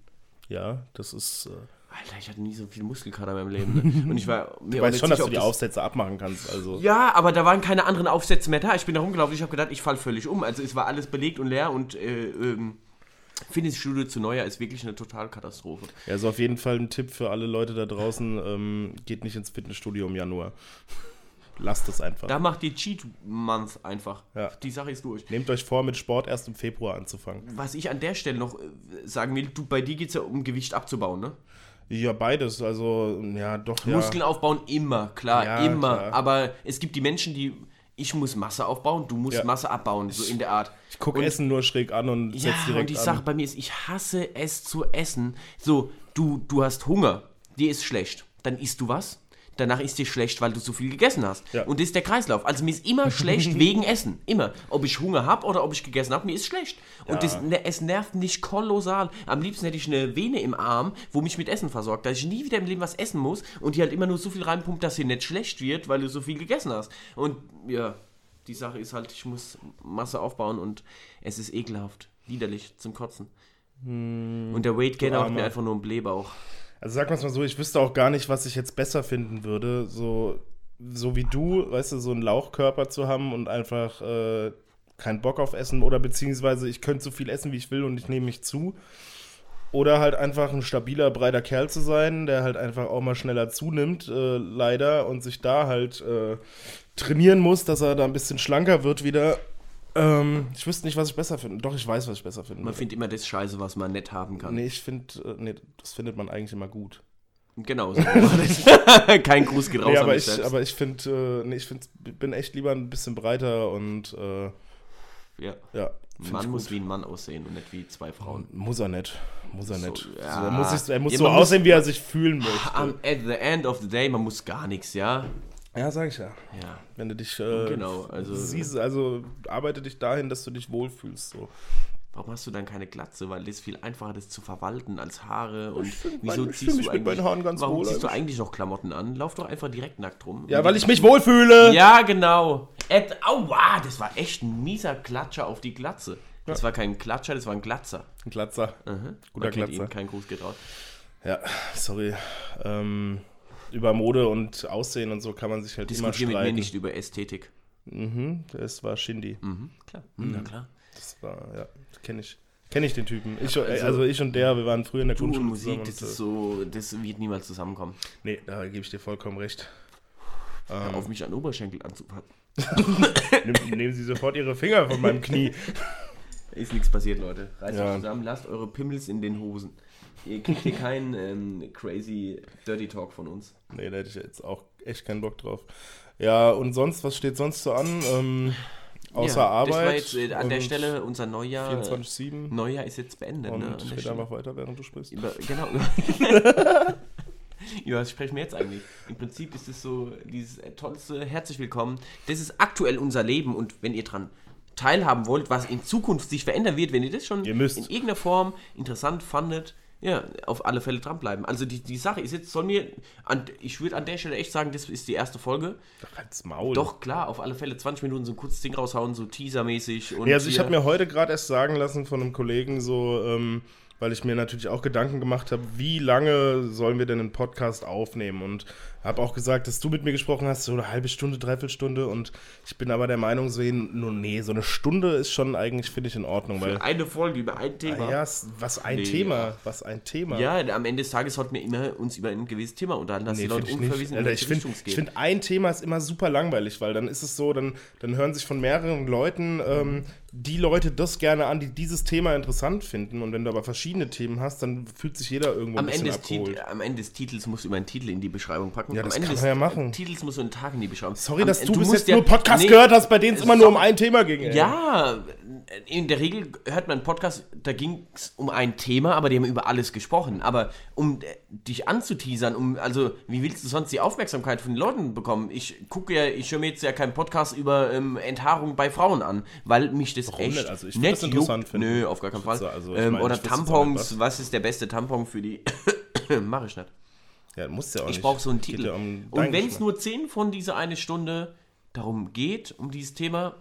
Speaker 1: Ja, das ist. Äh,
Speaker 2: Alter, ich hatte nie so viel Muskelkater in meinem
Speaker 1: *laughs*
Speaker 2: Leben. Ne? Und ich war mir
Speaker 1: ich
Speaker 2: auch
Speaker 1: weiß
Speaker 2: nicht
Speaker 1: schon, dass
Speaker 2: sicher,
Speaker 1: du die
Speaker 2: ob das-
Speaker 1: Aufsätze abmachen kannst. Also.
Speaker 2: ja, aber da waren keine anderen Aufsätze mehr da. Ich bin da rumgelaufen, ich habe gedacht, ich falle völlig um. Also es war alles belegt und leer und äh, ähm, Fitnessstudio zu Neujahr ist wirklich eine Totalkatastrophe.
Speaker 1: Ja, also auf jeden Fall ein Tipp für alle Leute da draußen: ähm, geht nicht ins Fitnessstudio im Januar. *laughs* Lasst es einfach.
Speaker 2: Da macht die Cheat Month einfach.
Speaker 1: Ja.
Speaker 2: Die Sache ist durch.
Speaker 1: Nehmt euch vor, mit Sport erst im Februar anzufangen.
Speaker 2: Was ich an der Stelle noch äh, sagen will, du, bei dir geht es ja um Gewicht abzubauen, ne?
Speaker 1: Ja, beides. Also, ja, doch. Ja.
Speaker 2: Muskeln aufbauen immer, klar,
Speaker 1: Ja,
Speaker 2: immer.
Speaker 1: klar.
Speaker 2: Aber es gibt die Menschen, die, ich muss Masse aufbauen, du musst
Speaker 1: Ja.
Speaker 2: Masse abbauen, so in der Art.
Speaker 1: Ich gucke Essen nur schräg an und setz
Speaker 2: Ja,
Speaker 1: direkt
Speaker 2: und die
Speaker 1: an.
Speaker 2: Sache bei mir ist, ich hasse es zu essen. So, du, du hast Hunger, dir ist schlecht, dann isst du was, danach ist dir schlecht, weil du zu viel gegessen hast.
Speaker 1: Ja.
Speaker 2: Und das ist der Kreislauf. Also mir ist
Speaker 1: *laughs*
Speaker 2: immer schlecht wegen Essen. Immer. Ob ich Hunger habe oder ob ich gegessen habe, mir ist schlecht. Und das, ne, es nervt mich kolossal. Am liebsten hätte ich eine Vene im Arm, wo mich mit Essen versorgt, dass ich nie wieder im Leben was essen muss und die halt immer nur so viel reinpumpt, dass sie nicht schlecht wird, weil du so viel gegessen hast. Und ja, die Sache ist halt, ich muss Masse aufbauen und es ist ekelhaft, widerlich zum Kotzen.
Speaker 1: Hm.
Speaker 2: Und der Weight Gainer macht
Speaker 1: Armer.
Speaker 2: mir einfach nur einen Blähbauch.
Speaker 1: Also sagen wir es mal so, ich wüsste auch gar nicht, was ich jetzt besser finden würde, so, so wie du, weißt du, so einen Lauchkörper zu haben und einfach äh, keinen Bock auf Essen oder beziehungsweise ich könnte so viel essen, wie ich will und ich nehme mich zu. Oder halt einfach ein stabiler, breiter Kerl zu sein, der halt einfach auch mal schneller zunimmt, äh, leider, und sich da halt äh, trainieren muss, dass er da ein bisschen schlanker wird wieder. Ähm, ich wüsste nicht, was ich besser finde. Doch, ich weiß, was ich besser finde.
Speaker 2: Man findet immer das Scheiße, was man nett haben kann.
Speaker 1: Nee, ich finde, nee, das findet man eigentlich immer gut.
Speaker 2: Genau. So war das. *laughs* Kein Gruß geht raus
Speaker 1: Nee, *laughs*
Speaker 2: an
Speaker 1: aber
Speaker 2: mich
Speaker 1: ich,
Speaker 2: selbst.
Speaker 1: aber ich finde, äh, nee, ich find, bin echt lieber ein bisschen breiter und äh,
Speaker 2: ja.
Speaker 1: ja.
Speaker 2: Ein
Speaker 1: find ich
Speaker 2: Mann muss
Speaker 1: gut.
Speaker 2: wie ein Mann aussehen und nicht wie zwei Frauen.
Speaker 1: Muss er nicht. Muss er
Speaker 2: So,
Speaker 1: nicht.
Speaker 2: ja.
Speaker 1: Also, er muss, sich, er muss
Speaker 2: Ja,
Speaker 1: so
Speaker 2: man muss- Ah,
Speaker 1: aussehen, wie er sich fühlen möchte.
Speaker 2: Am at the end of the day, man muss gar nichts, ja?
Speaker 1: Ja, sag ich ja.
Speaker 2: Ja.
Speaker 1: Wenn du dich äh,
Speaker 2: Genau, also-
Speaker 1: siehst, also arbeite dich dahin, dass du dich wohlfühlst. So.
Speaker 2: Warum hast du dann keine Glatze? Weil das ist viel einfacher, das zu verwalten als Haare. Und
Speaker 1: find
Speaker 2: wieso
Speaker 1: mein- ich
Speaker 2: ziehst
Speaker 1: fühl mich
Speaker 2: du
Speaker 1: mit meinen
Speaker 2: eigentlich,
Speaker 1: Haaren ganz
Speaker 2: warum
Speaker 1: wohl
Speaker 2: ziehst du
Speaker 1: eigentlich.
Speaker 2: eigentlich noch Klamotten an? Lauf doch einfach direkt nackt rum.
Speaker 1: Ja, weil ich mich wohlfühle.
Speaker 2: Ja, genau. Et, aua, das war echt ein mieser Klatscher auf die Glatze. Das war kein Klatscher, das war ein Glatzer.
Speaker 1: Ein Glatzer. Guter
Speaker 2: Man kennt ihn,
Speaker 1: Glatzer.
Speaker 2: kein Gruß geht raus.
Speaker 1: Ja, sorry. Ähm, über Mode und Aussehen und so kann man sich halt immer
Speaker 2: Diskutier mit mir
Speaker 1: streiten.
Speaker 2: nicht über Ästhetik.
Speaker 1: Mhm, das war Shindy.
Speaker 2: Mhm, klar. Mhm, Na klar.
Speaker 1: Das war, ja, kenne ich. Kenne ich den Typen. Ich, also, also ich und der, wir waren früher in der
Speaker 2: Du und
Speaker 1: Grundschule zusammen
Speaker 2: Musik, das
Speaker 1: und,
Speaker 2: ist so, das wird niemals zusammenkommen.
Speaker 1: äh, Nee, da gebe ich dir vollkommen recht. *laughs*
Speaker 2: Hör auf mich an Oberschenkel anzupacken.
Speaker 1: Nimm, nehmen Sie sofort Ihre Finger von meinem Knie.
Speaker 2: *laughs* Ist nichts passiert, Leute. Reißt
Speaker 1: Ja.
Speaker 2: euch zusammen, lasst eure Pimmels in den Hosen. Ihr kriegt hier keinen ähm, crazy Dirty Talk von uns.
Speaker 1: Nee, da hätte ich jetzt auch echt keinen Bock drauf. Ja, und sonst, was steht sonst so an? Ähm, außer
Speaker 2: Ja, Das war
Speaker 1: Arbeit.
Speaker 2: jetzt äh, an der
Speaker 1: und
Speaker 2: Stelle unser Neujahr. äh,
Speaker 1: 24-7.
Speaker 2: Neujahr ist jetzt beendet.
Speaker 1: Und
Speaker 2: ne, an
Speaker 1: ich
Speaker 2: der
Speaker 1: rede
Speaker 2: Stelle.
Speaker 1: einfach weiter, während du sprichst.
Speaker 2: Über,
Speaker 1: *laughs*
Speaker 2: genau. Über, über was sprechen wir jetzt eigentlich? Im Prinzip ist es so dieses äh, tollste Herzlich Willkommen. Das ist aktuell unser Leben und wenn ihr dran teilhaben wollt, was in Zukunft sich verändern wird, wenn ihr das schon
Speaker 1: Ihr müsst.
Speaker 2: in irgendeiner Form interessant fandet, ja, auf alle Fälle dranbleiben. Also die, die Sache ist jetzt, soll mir, an, ich würde an der Stelle echt sagen, das ist die erste Folge.
Speaker 1: Ach, halt's Maul.
Speaker 2: Doch, klar, auf alle Fälle 20 Minuten so ein kurzes Ding raushauen, so teasermäßig. Und
Speaker 1: Ja, also ich
Speaker 2: hier-
Speaker 1: habe mir heute gerade erst sagen lassen von einem Kollegen so, ähm, weil ich mir natürlich auch Gedanken gemacht habe, wie lange sollen wir denn einen Podcast aufnehmen? Und habe auch gesagt, dass du mit mir gesprochen hast, so eine halbe Stunde, dreiviertel Stunde. Und ich bin aber der Meinung, so, no, nee, so eine Stunde ist schon eigentlich, finde ich, in Ordnung. Weil,
Speaker 2: eine Folge über ein Thema.
Speaker 1: Ah ja, s- was ein
Speaker 2: Nee,
Speaker 1: Thema, was ein Thema.
Speaker 2: Ja, am Ende des Tages sollten wir immer uns über ein gewisses Thema unterhalten, dass
Speaker 1: Nee,
Speaker 2: die
Speaker 1: finde
Speaker 2: Leute
Speaker 1: ich
Speaker 2: ungefähr
Speaker 1: nicht.
Speaker 2: wissen, in
Speaker 1: Alter,
Speaker 2: welche
Speaker 1: ich finde,
Speaker 2: Richtung es
Speaker 1: ich
Speaker 2: geht.
Speaker 1: find, ein Thema ist immer super langweilig, weil dann ist es so, dann, dann hören sich von mehreren Leuten ähm, die Leute das gerne an, die dieses Thema interessant finden. Und wenn du aber verschiedene Themen hast, dann fühlt sich jeder irgendwo
Speaker 2: Am
Speaker 1: ein
Speaker 2: Ende,
Speaker 1: bisschen
Speaker 2: des Titel,
Speaker 1: abgeholt.
Speaker 2: am Ende des Titels musst du immer einen Titel in die Beschreibung packen.
Speaker 1: Ja,
Speaker 2: am
Speaker 1: das
Speaker 2: Ende
Speaker 1: kann
Speaker 2: des
Speaker 1: man ja machen.
Speaker 2: Titels musst du einen Tag in die Beschreibung
Speaker 1: Sorry,
Speaker 2: Am-
Speaker 1: dass du, bis
Speaker 2: musst
Speaker 1: jetzt
Speaker 2: ja-
Speaker 1: nur Podcast
Speaker 2: Nee,
Speaker 1: gehört hast, bei denen es immer nur um
Speaker 2: sorry.
Speaker 1: ein Thema ging. ey.
Speaker 2: Ja, in der Regel hört man Podcasts, da ging es um ein Thema, aber die haben über alles gesprochen. Aber um äh, dich anzuteasern, um, also wie willst du sonst die Aufmerksamkeit von den Leuten bekommen? Ich gucke ja, ich höre mir jetzt ja keinen Podcast über ähm, Enthaarung bei Frauen an, weil mich das
Speaker 1: Warum
Speaker 2: echt
Speaker 1: nicht? Also ich würd das
Speaker 2: juckt.
Speaker 1: interessant finden.
Speaker 2: Nö, auf gar keinen Fall.
Speaker 1: würd so- also ich
Speaker 2: ähm,
Speaker 1: meine,
Speaker 2: oder
Speaker 1: ich wüsste jetzt auch
Speaker 2: Tampons,
Speaker 1: nicht,
Speaker 2: was ist der beste Tampon für die... *coughs* Mache ich nicht.
Speaker 1: ja muss ja auch
Speaker 2: Ich
Speaker 1: nicht.
Speaker 2: brauche so einen
Speaker 1: Geht
Speaker 2: Titel.
Speaker 1: Ja um
Speaker 2: und
Speaker 1: deinen
Speaker 2: wenn es
Speaker 1: Geschmack.
Speaker 2: nur 10 von dieser eine Stunde darum geht, um dieses Thema,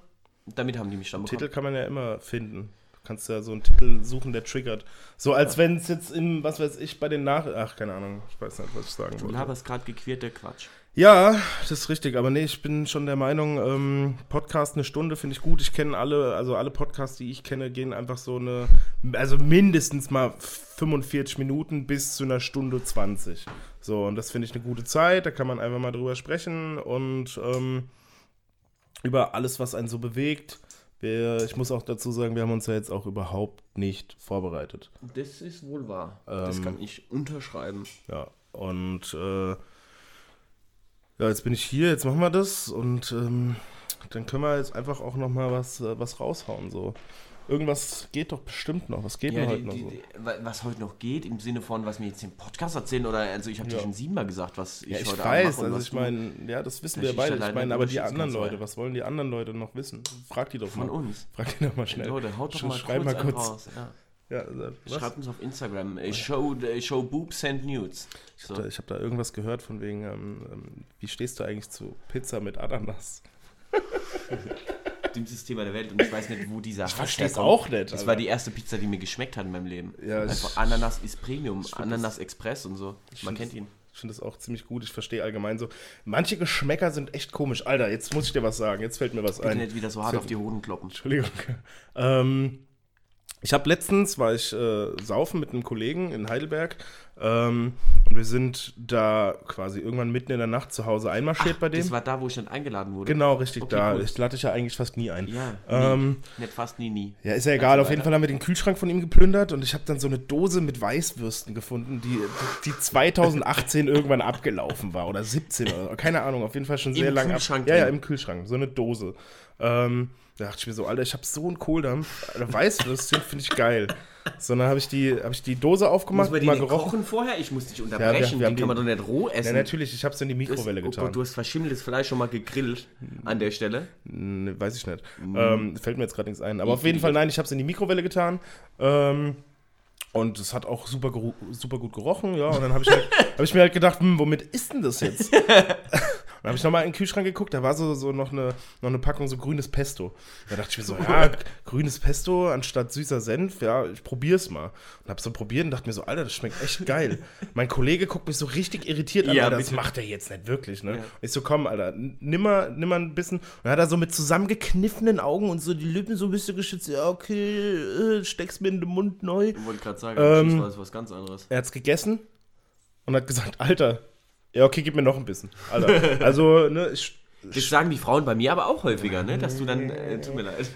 Speaker 2: damit haben die mich dann bekommen.
Speaker 1: Titel kann man ja immer finden. Du kannst ja so einen Titel suchen, der triggert. So als wenn es jetzt im, was weiß ich, bei den Nach... Ach, keine Ahnung, ich weiß nicht, was ich sagen
Speaker 2: Du
Speaker 1: wollte.
Speaker 2: laberst gerade gequirter Quatsch.
Speaker 1: Ja, das ist richtig, aber nee, ich bin schon der Meinung, ähm, Podcast eine Stunde finde ich gut. Ich kenne alle, also alle Podcasts, die ich kenne, gehen einfach so eine, also mindestens mal 45 Minuten bis zu einer Stunde 20. So, und das finde ich eine gute Zeit, da kann man einfach mal drüber sprechen und ähm, über alles, was einen so bewegt. Wir, ich muss auch dazu sagen, wir haben uns ja jetzt auch überhaupt nicht vorbereitet.
Speaker 2: Das ist wohl wahr. das
Speaker 1: Ähm,
Speaker 2: kann ich unterschreiben.
Speaker 1: Ja, und äh, ja, jetzt bin ich hier, jetzt machen wir das und ähm, dann können wir jetzt einfach auch noch mal was, äh, was raushauen. So. Irgendwas geht doch bestimmt noch. Was geht
Speaker 2: Ja,
Speaker 1: denn heute
Speaker 2: die,
Speaker 1: noch
Speaker 2: die,
Speaker 1: so?
Speaker 2: die, wa- was heute noch geht, im Sinne von, was wir jetzt im Podcast erzählen, oder also ich habe
Speaker 1: Ja.
Speaker 2: dir schon siebenmal gesagt, was ich,
Speaker 1: ja, ich
Speaker 2: heute
Speaker 1: weiß,
Speaker 2: und
Speaker 1: also
Speaker 2: was
Speaker 1: ich
Speaker 2: du-
Speaker 1: meine, ja, das wissen
Speaker 2: Da
Speaker 1: wir
Speaker 2: steht
Speaker 1: beide.
Speaker 2: allein
Speaker 1: Ich meine,
Speaker 2: eine
Speaker 1: aber die anderen
Speaker 2: Durchschnittskanzlei.
Speaker 1: Leute, was wollen die anderen Leute noch wissen? Frag die doch
Speaker 2: von
Speaker 1: mal.
Speaker 2: uns.
Speaker 1: Frag die doch mal schnell.
Speaker 2: Leute, haut doch
Speaker 1: Sch-
Speaker 2: mal
Speaker 1: Schreib
Speaker 2: kurz,
Speaker 1: mal
Speaker 2: einen
Speaker 1: kurz.
Speaker 2: raus. Ja.
Speaker 1: Ja, äh, was?
Speaker 2: Schreibt uns auf Instagram. Äh, show, äh, show boobs and nudes.
Speaker 1: Ich hab da- Ich habe da irgendwas gehört von wegen, ähm, ähm, wie stehst du eigentlich zu Pizza mit Ananas?
Speaker 2: dümmstes Thema der Welt und ich weiß nicht, wo dieser Hass
Speaker 1: versteh's
Speaker 2: herkommt.
Speaker 1: auch also nicht,
Speaker 2: Das
Speaker 1: Alter.
Speaker 2: war die erste Pizza, die mir geschmeckt hat in meinem Leben.
Speaker 1: Ja,
Speaker 2: Einfach
Speaker 1: ich-
Speaker 2: Ananas ist Premium,
Speaker 1: find
Speaker 2: Ananas Express und so. Man kennt ihn.
Speaker 1: Ich finde das auch ziemlich gut. Ich verstehe allgemein so. Manche Geschmäcker sind echt komisch. Alter, jetzt muss ich dir was sagen. Jetzt fällt mir was
Speaker 2: Bitte
Speaker 1: ein.
Speaker 2: nicht wieder so hart
Speaker 1: Sehr-
Speaker 2: auf die Hoden kloppen.
Speaker 1: Entschuldigung. Ähm, ich habe letztens, war ich äh, saufen mit einem Kollegen in Heidelberg ähm, und wir sind da quasi irgendwann mitten in der Nacht zu Hause einmarschiert bei dem.
Speaker 2: Das war da, wo ich dann eingeladen wurde.
Speaker 1: genau, richtig
Speaker 2: Okay,
Speaker 1: da.
Speaker 2: cool.
Speaker 1: Ich lade dich ja eigentlich fast nie ein.
Speaker 2: Ja, nie.
Speaker 1: Ähm,
Speaker 2: nicht fast nie, nie. Also
Speaker 1: ja, ist ja egal. Auf
Speaker 2: weiter.
Speaker 1: jeden Fall haben wir den Kühlschrank von ihm geplündert und ich habe dann so eine Dose mit Weißwürsten gefunden, die, die 2018 *laughs* irgendwann abgelaufen war oder 17 oder so. keine Ahnung. Auf jeden Fall schon sehr
Speaker 2: Im
Speaker 1: lange.
Speaker 2: Kühlschrank
Speaker 1: Ja, ja,
Speaker 2: drin.
Speaker 1: im Kühlschrank. So eine Dose. Ähm, da dachte ich mir so, Alter, ich habe so einen Kohldampf. Alter, Weißwürstchen finde ich geil. So, dann habe ich, die- hab ich die Dose aufgemacht,
Speaker 2: Muss man die
Speaker 1: mal
Speaker 2: nicht
Speaker 1: gerochen.
Speaker 2: kochen vorher? Ich muss dich
Speaker 1: wir
Speaker 2: unterbrechen.
Speaker 1: haben
Speaker 2: die
Speaker 1: die-
Speaker 2: kann man doch nicht roh
Speaker 1: Ja,
Speaker 2: essen.
Speaker 1: natürlich, ich habe es in die
Speaker 2: Das-
Speaker 1: Mikrowelle
Speaker 2: oh
Speaker 1: getan.
Speaker 2: Gott, du hast verschimmeltes Fleisch schon mal gegrillt an der Stelle.
Speaker 1: Ne, weiß ich nicht.
Speaker 2: Mhm.
Speaker 1: Ähm, fällt mir jetzt gerade nichts ein. Aber
Speaker 2: Ich
Speaker 1: auf jeden
Speaker 2: liebe
Speaker 1: Fall, nein, ich habe es in die Mikrowelle getan. Ähm, und es hat auch super, geru- super gut gerochen, ja. Und dann habe ich,
Speaker 2: *laughs*
Speaker 1: halt, hab ich mir halt gedacht, hm, womit ist denn das jetzt? Und dann habe ich nochmal in den Kühlschrank geguckt, da war so, so noch, eine, noch eine Packung so grünes Pesto. Da dachte ich mir so, ja, grünes Pesto anstatt süßer Senf, ja, ich probier's mal. Und habe so probiert und dachte mir so, Alter, das schmeckt echt
Speaker 2: *laughs*
Speaker 1: geil. mein Kollege guckt mich so richtig irritiert an,
Speaker 2: Ja,
Speaker 1: ja, das
Speaker 2: bitte.
Speaker 1: macht macht er jetzt nicht wirklich, ne? Ich so, komm, Alter, n- nimm mal, nimm mal ein bisschen. Und dann hat er so mit zusammengekniffenen Augen und so die Lippen so ein bisschen geschützt. Ja, okay, äh, steck's mir in den Mund neu.
Speaker 2: Ich wollte gerade sagen,
Speaker 1: Ähm,
Speaker 2: das war das was ganz anderes.
Speaker 1: Er hat's gegessen und hat gesagt, Alter, ja, okay, gib mir noch ein bisschen. Alter, also, ne, ich,
Speaker 2: Das sagen die Frauen bei mir aber auch häufiger, ne? Dass du dann. Äh, tut mir leid.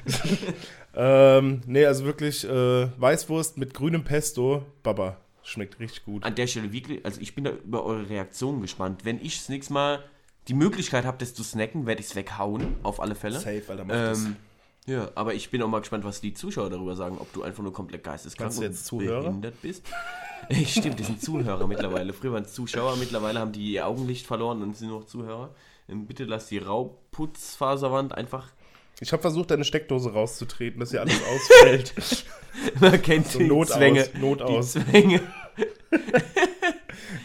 Speaker 1: ähm, nee, also wirklich, äh, Weißwurst mit grünem Pesto, Baba, schmeckt richtig gut.
Speaker 2: An der Stelle wirklich, also ich bin da über eure Reaktion gespannt. Wenn ich das nächste Mal die Möglichkeit habe, das zu snacken, werde ich es weghauen, auf alle Fälle.
Speaker 1: Safe, Alter, mach das.
Speaker 2: Ähm, ja, aber ich bin auch mal gespannt, was die Zuschauer darüber sagen, ob du einfach nur komplett geisteskrank
Speaker 1: Meinst du jetzt Zuhörer?
Speaker 2: behindert bist. *laughs* Stimmt, das sind Zuhörer mittlerweile. Früher waren es Zuschauer, mittlerweile haben die ihr Augenlicht verloren und sind nur noch Zuhörer. Ähm, Bitte lass die Rauputzfaserwand einfach. *laughs*
Speaker 1: Ich habe versucht, deine Steckdose rauszutreten, dass hier alles ausfällt.
Speaker 2: Man kennt die
Speaker 1: Not
Speaker 2: Zwänge.
Speaker 1: aus, Not aus.
Speaker 2: Die Zwänge.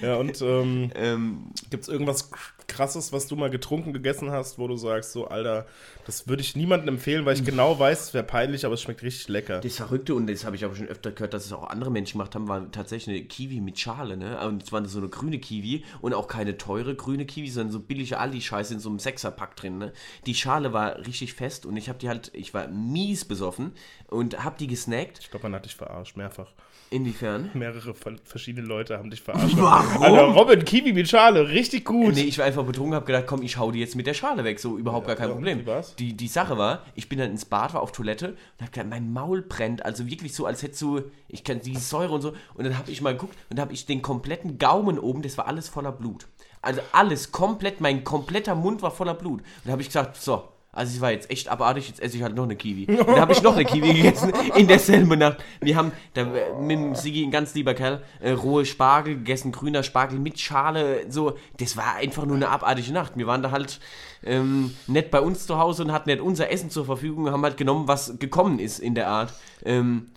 Speaker 1: Ja, und ähm,
Speaker 2: Ähm,
Speaker 1: Gibt es irgendwas Krasses, was du mal getrunken, gegessen hast, wo du sagst, so, Alter, das würde ich niemandem empfehlen, weil ich genau weiß, es wäre peinlich, aber es schmeckt richtig lecker.
Speaker 2: das Verrückte, und das habe ich auch schon öfter gehört, dass es auch andere Menschen gemacht haben, war tatsächlich eine Kiwi mit Schale, ne? Und es war so eine grüne Kiwi und auch keine teure grüne Kiwi, sondern so billige Aldi-Scheiße in so einem Sechserpack drin, ne? Die Schale war richtig fest und ich habe die halt, ich war mies besoffen und habe die gesnackt.
Speaker 1: Ich glaube, man hat dich verarscht, mehrfach.
Speaker 2: Inwiefern?
Speaker 1: Mehrere ver verschiedene Leute haben dich verarscht.
Speaker 2: Warum?
Speaker 1: Alter, Robin, Kiwi mit Schale, richtig gut.
Speaker 2: Nee, ich war einfach betrunken, habe gedacht, komm, ich hau die jetzt mit der Schale weg, so überhaupt gar kein
Speaker 1: ja,
Speaker 2: Problem.
Speaker 1: wie war's?
Speaker 2: Die, die Sache war, ich bin dann ins Bad, war auf Toilette und hab gedacht, mein Maul brennt, also wirklich so, als hättest du, ich kann die Säure und so. Und dann habe ich mal geguckt und habe ich den kompletten Gaumen oben, das war alles voller Blut. Also alles, komplett, mein kompletter Mund war voller Blut. Und da habe ich gesagt, so. Also ich war jetzt echt abartig, jetzt esse ich halt noch
Speaker 1: *laughs*
Speaker 2: eine Kiwi. Und da habe ich noch eine Kiwi gegessen in derselben Nacht. Wir haben da äh, mit dem Sigi, ein ganz lieber Kerl, äh, rohe Spargel gegessen, grüner Spargel mit Schale, so. Das war einfach nur eine abartige Nacht. Wir waren da halt ähm, nicht bei uns zu Hause und hatten nicht unser Essen zur Verfügung, haben halt genommen, was gekommen ist in der Art. Ähm,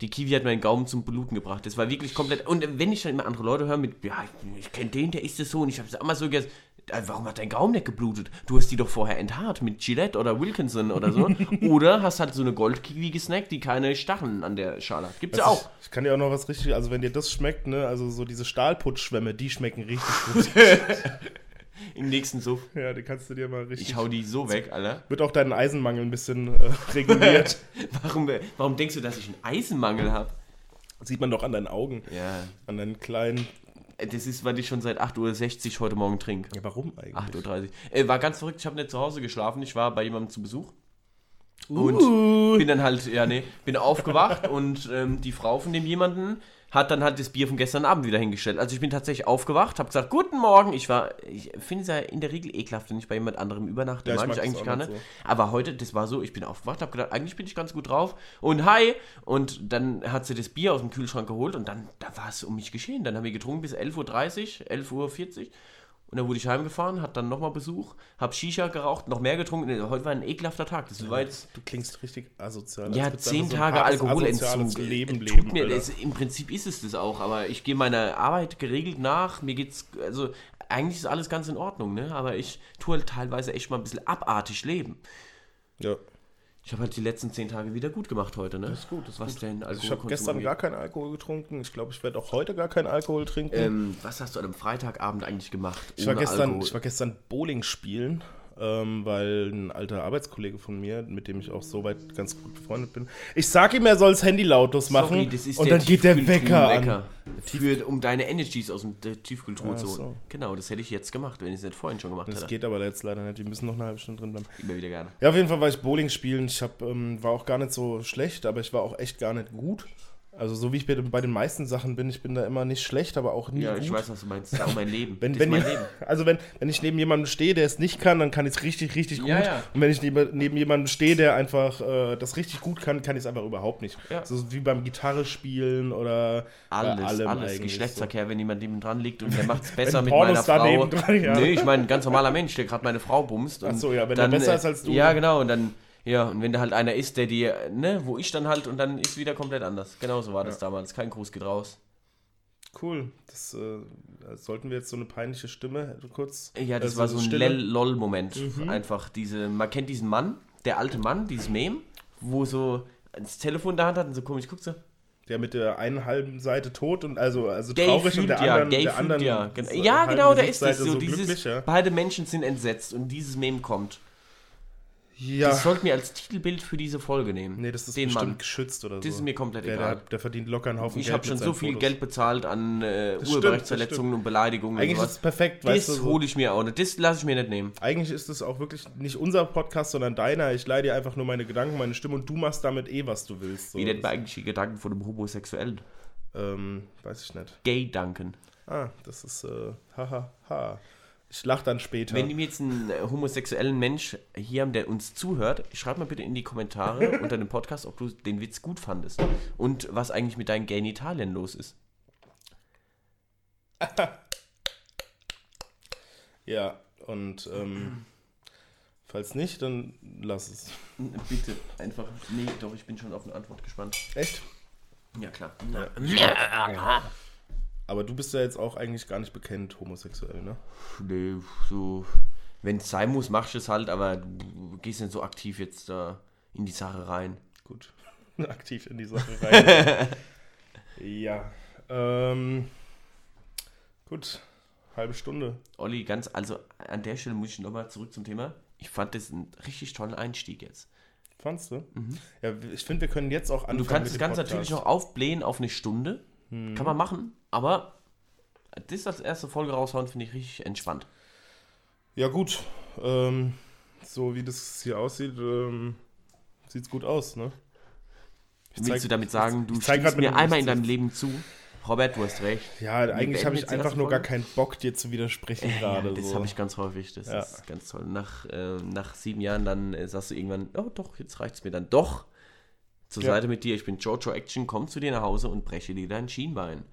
Speaker 2: die Kiwi hat meinen Gaumen zum Bluten gebracht. Das war wirklich komplett. Und äh, wenn ich dann immer andere Leute höre mit, ja, ich, ich kenne den, der isst es so und ich habe es immer so gegessen. Äh, Warum hat dein Gaumen nicht geblutet? Du hast die doch vorher enthaart mit Gillette oder Wilkinson oder so. oder hast halt so eine Goldkiwi gesnackt, die keine Stacheln an der Schale hat. Gibt's ja auch.
Speaker 1: Ich, ich kann dir auch noch was richtig, also wenn dir das schmeckt, ne, also so diese Stahlputzschwämme, die schmecken richtig gut.
Speaker 2: Im nächsten Suff.
Speaker 1: *laughs* ja, die kannst du dir mal richtig.
Speaker 2: Ich hau die so weg, Alter.
Speaker 1: wird auch deinen Eisenmangel ein bisschen *laughs* äh, reguliert.
Speaker 2: *laughs* Warum, äh, warum denkst du, dass ich einen Eisenmangel habe?
Speaker 1: Sieht man doch an deinen Augen,
Speaker 2: Ja.
Speaker 1: an deinen kleinen.
Speaker 2: Äh, Das ist, weil ich schon seit 8.60 Uhr heute Morgen trinke.
Speaker 1: Ja, warum eigentlich?
Speaker 2: 8.30 Uhr. Äh, war ganz verrückt, ich habe nicht zu Hause geschlafen, ich war bei jemandem zu Besuch.
Speaker 1: Uh.
Speaker 2: Und bin dann halt, ja nee, bin aufgewacht *laughs* und ähm, die Frau von dem jemanden hat dann halt das Bier von gestern Abend wieder hingestellt. Also ich bin tatsächlich aufgewacht, habe gesagt, guten Morgen. Ich war, ich finde es ja in der Regel ekelhaft, wenn ich bei jemand anderem übernachte.
Speaker 1: Ja, ich
Speaker 2: mag
Speaker 1: mag
Speaker 2: ich
Speaker 1: das
Speaker 2: eigentlich
Speaker 1: auch
Speaker 2: gar nicht.
Speaker 1: nicht
Speaker 2: Aber heute, das war so, ich bin aufgewacht, habe gedacht, eigentlich bin ich ganz gut drauf. Und hi! Und dann hat sie das Bier aus dem Kühlschrank geholt und dann, da war es um mich geschehen. Dann haben wir getrunken bis 11.30 Uhr, 11.40 Uhr. Und dann wurde ich heimgefahren, hat dann nochmal Besuch, hab Shisha geraucht, noch mehr getrunken. Heute war ein ekelhafter Tag. Das war jetzt
Speaker 1: Du klingst richtig asozial.
Speaker 2: ja,
Speaker 1: als würdest du
Speaker 2: zehn
Speaker 1: einfach so ein
Speaker 2: Tage
Speaker 1: hartes, asoziales
Speaker 2: Alkoholentzug.
Speaker 1: Leben
Speaker 2: Tut
Speaker 1: leben.
Speaker 2: mir,
Speaker 1: Alter.
Speaker 2: das, Im Prinzip ist es das auch, aber ich gehe meiner Arbeit geregelt nach. Mir geht's, also eigentlich ist alles ganz in Ordnung, ne? Aber ich tue halt teilweise echt mal ein bisschen abartig leben.
Speaker 1: ja.
Speaker 2: Ich habe halt die letzten zehn Tage wieder gut gemacht heute, ne?
Speaker 1: Das ist gut, das ist
Speaker 2: Was
Speaker 1: gut. Also
Speaker 2: denn? Alkohol
Speaker 1: ich habe gestern gar keinen Alkohol getrunken. Ich glaube, ich werde auch heute gar keinen Alkohol trinken.
Speaker 2: ähm, Was hast du an einem Freitagabend eigentlich gemacht?
Speaker 1: ich, war
Speaker 2: ohne
Speaker 1: gestern,
Speaker 2: Alkohol?
Speaker 1: ich war gestern Bowling spielen, ähm, weil ein alter Arbeitskollege von mir, mit dem ich auch soweit ganz gut befreundet bin, ich sag ihm, er soll das Handy lautlos machen
Speaker 2: Sorry, das ist
Speaker 1: und dann geht der Wecker an.
Speaker 2: Für, um deine Energies aus dem der Tiefkühltruhe
Speaker 1: Ach
Speaker 2: zu holen.
Speaker 1: so.
Speaker 2: Genau, das hätte ich jetzt gemacht, wenn ich es nicht vorhin schon gemacht
Speaker 1: Das
Speaker 2: hätte.
Speaker 1: geht aber jetzt leider nicht. Wir müssen noch eine halbe Stunde drin bleiben.
Speaker 2: Immer wieder gerne.
Speaker 1: Ja, auf jeden Fall war ich Bowling spielen. Ich hab, ähm, war auch gar nicht so schlecht, aber ich war auch echt gar nicht gut. Also so wie ich bei den- bei den meisten Sachen bin, ich bin da immer nicht schlecht, aber auch nie
Speaker 2: Ja,
Speaker 1: gut.
Speaker 2: ich weiß, was du meinst. Das ist auch mein Leben.
Speaker 1: Wenn,
Speaker 2: das
Speaker 1: wenn
Speaker 2: ist mein
Speaker 1: ihr-
Speaker 2: Leben.
Speaker 1: *laughs* also wenn, wenn ich neben jemandem stehe, der es nicht kann, dann kann ich es richtig, richtig gut.
Speaker 2: Ja, ja.
Speaker 1: Und wenn ich neben, neben jemandem stehe, der einfach äh, das richtig gut kann, kann ich es einfach überhaupt nicht.
Speaker 2: Ja.
Speaker 1: So wie beim Gitarre spielen oder bei
Speaker 2: Alles,
Speaker 1: allem
Speaker 2: alles.
Speaker 1: eigentlich.
Speaker 2: Geschlechtsverkehr, wenn jemand neben dran liegt und der
Speaker 1: *laughs*
Speaker 2: macht es besser mit
Speaker 1: Pornos
Speaker 2: meiner
Speaker 1: da
Speaker 2: Frau.
Speaker 1: nebendran, ja.
Speaker 2: Nee, ich meine, ein ganz normaler Mensch, der gerade meine Frau bumst. und
Speaker 1: Ach so, ja, wenn der
Speaker 2: dann,
Speaker 1: besser
Speaker 2: äh,
Speaker 1: ist als du.
Speaker 2: Ja, genau. Und dann, ja, und wenn da halt einer ist, der dir, ne, wo ich dann halt, und dann ist wieder komplett anders. Genauso war das damals. Kein Gruß geht raus.
Speaker 1: So. Cool. Das äh, sollten wir jetzt so eine peinliche Stimme kurz.
Speaker 2: Ja, das
Speaker 1: äh,
Speaker 2: war so ein
Speaker 1: Stille. Mhm.
Speaker 2: Lell-Lol-Moment. Einfach diese, man kennt diesen Mann, der alte Mann, dieses Meme, wo so das Telefon in der Hand hat und so komisch guckt so.
Speaker 1: Der mit der einen halben Seite tot und also, also
Speaker 2: Gay
Speaker 1: traurig
Speaker 2: fühlt
Speaker 1: und der
Speaker 2: ja,
Speaker 1: anderen,
Speaker 2: gay
Speaker 1: der
Speaker 2: fühlt
Speaker 1: anderen
Speaker 2: ja. Gen
Speaker 1: so
Speaker 2: ja,
Speaker 1: halben
Speaker 2: genau, da ist das
Speaker 1: Gesichtsseite
Speaker 2: so. dieses,
Speaker 1: glücklich, ja.
Speaker 2: Beide Menschen sind entsetzt und dieses Meme kommt.
Speaker 1: ja.
Speaker 2: Das sollten wir als Titelbild für diese Folge nehmen.
Speaker 1: nee, das ist
Speaker 2: Den
Speaker 1: bestimmt
Speaker 2: Mann.
Speaker 1: geschützt oder so.
Speaker 2: Das ist mir komplett
Speaker 1: der, der,
Speaker 2: egal.
Speaker 1: der verdient locker einen Haufen
Speaker 2: Ich
Speaker 1: Geld
Speaker 2: habe
Speaker 1: mit
Speaker 2: schon so
Speaker 1: seinen
Speaker 2: viel
Speaker 1: Fotos.
Speaker 2: Geld bezahlt an äh,
Speaker 1: stimmt, das
Speaker 2: Urheberrechtsverletzungen und Beleidigungen
Speaker 1: Eigentlich
Speaker 2: und
Speaker 1: ist es
Speaker 2: sowas.
Speaker 1: perfekt, weißt du.
Speaker 2: Das
Speaker 1: So.
Speaker 2: hole ich mir auch nicht. Das lasse ich mir nicht nehmen.
Speaker 1: Eigentlich ist es auch wirklich nicht unser Podcast, sondern deiner. Ich leih dir einfach nur meine Gedanken, meine Stimme und du machst damit eh, was du willst. So.
Speaker 2: Wie nennt man
Speaker 1: das,
Speaker 2: eigentlich die Gedanken von einem Homosexuellen?
Speaker 1: ähm, weiß ich nicht.
Speaker 2: Gay-Danken.
Speaker 1: Ah, das ist, äh, haha, ha. Ich lach dann später.
Speaker 2: Wenn mir jetzt einen äh, homosexuellen Mensch hier haben, der uns zuhört, schreib mal bitte in die *laughs* Kommentare unter dem Podcast, ob du den Witz gut fandest. Und was eigentlich mit deinen Genitalien los ist.
Speaker 1: ja, und ähm, falls nicht, dann lass es.
Speaker 2: äh, Bitte, einfach. Nee, doch, ich bin schon auf eine Antwort gespannt.
Speaker 1: Echt?
Speaker 2: Ja, klar.
Speaker 1: Aber du bist ja jetzt auch eigentlich gar nicht bekannt homosexuell, ne?
Speaker 2: Nee, so. Wenn es sein muss, machst du es halt, aber du gehst nicht so aktiv jetzt da in die Sache rein.
Speaker 1: Gut. *laughs* Aktiv in die Sache rein.
Speaker 2: *laughs*
Speaker 1: ja. Ähm, gut. Halbe Stunde.
Speaker 2: Olli, ganz, also an der Stelle muss ich nochmal zurück zum Thema. Ich fand das einen richtig tollen Einstieg jetzt.
Speaker 1: Fandst du? Ja, ich finde, wir können jetzt auch anfangen.
Speaker 2: Mhm. Du kannst das
Speaker 1: mit dem
Speaker 2: Ganze
Speaker 1: Podcast.
Speaker 2: natürlich noch aufblähen auf eine Stunde.
Speaker 1: Hm.
Speaker 2: Kann man machen, aber das als erste Folge raushauen, finde ich richtig entspannt.
Speaker 1: Ja, gut. Ähm, so wie das hier aussieht, ähm, sieht's gut aus, ne? Ich zeig-
Speaker 2: Willst du damit sagen, du
Speaker 1: ich zeig grad
Speaker 2: stimmst
Speaker 1: mit
Speaker 2: mir
Speaker 1: dem
Speaker 2: einmal in
Speaker 1: Gesicht.
Speaker 2: deinem Leben zu? Robert, du hast recht.
Speaker 1: Ja, eigentlich habe
Speaker 2: beenden
Speaker 1: ich
Speaker 2: jetzt die
Speaker 1: einfach
Speaker 2: erste
Speaker 1: nur gar
Speaker 2: Folge.
Speaker 1: keinen Bock, dir zu widersprechen gerade.
Speaker 2: *laughs* ja, das
Speaker 1: so.
Speaker 2: habe ich ganz häufig. Das
Speaker 1: Ja.
Speaker 2: ist ganz toll. Nach, äh, nach sieben Jahren dann äh, sagst du irgendwann, oh doch, jetzt reicht's mir dann doch. Zur
Speaker 1: Ja.
Speaker 2: Seite mit dir, ich bin Jojo Action, komm zu dir nach Hause und breche dir dein Schienbein.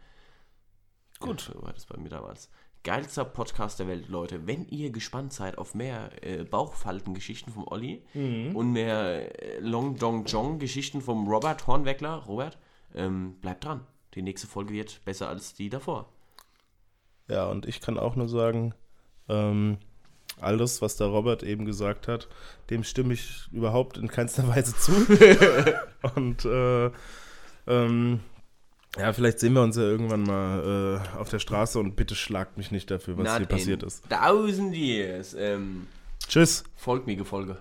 Speaker 1: Gut.
Speaker 2: Ja, so war das bei mir damals. Geilster Podcast der Welt, Leute. Wenn ihr gespannt seid auf mehr äh, Bauchfalten-Geschichten vom Olli
Speaker 1: Mhm.
Speaker 2: und mehr äh, Long Dong Jong-Geschichten vom Robert Hornweckler, Robert, ähm, bleibt dran. Die nächste Folge wird besser als die davor.
Speaker 1: Ja, und ich kann auch nur sagen, ähm, alles, was der Robert eben gesagt hat, dem stimme ich überhaupt in keinster *laughs* Weise zu. und äh, ähm, ja, vielleicht sehen wir uns ja irgendwann mal äh, auf der Straße und bitte schlagt mich nicht dafür, was
Speaker 2: Not
Speaker 1: hier passiert
Speaker 2: in
Speaker 1: ist.
Speaker 2: Thousand Years. Ähm,
Speaker 1: Tschüss.
Speaker 2: Folgt mir, Gefolge.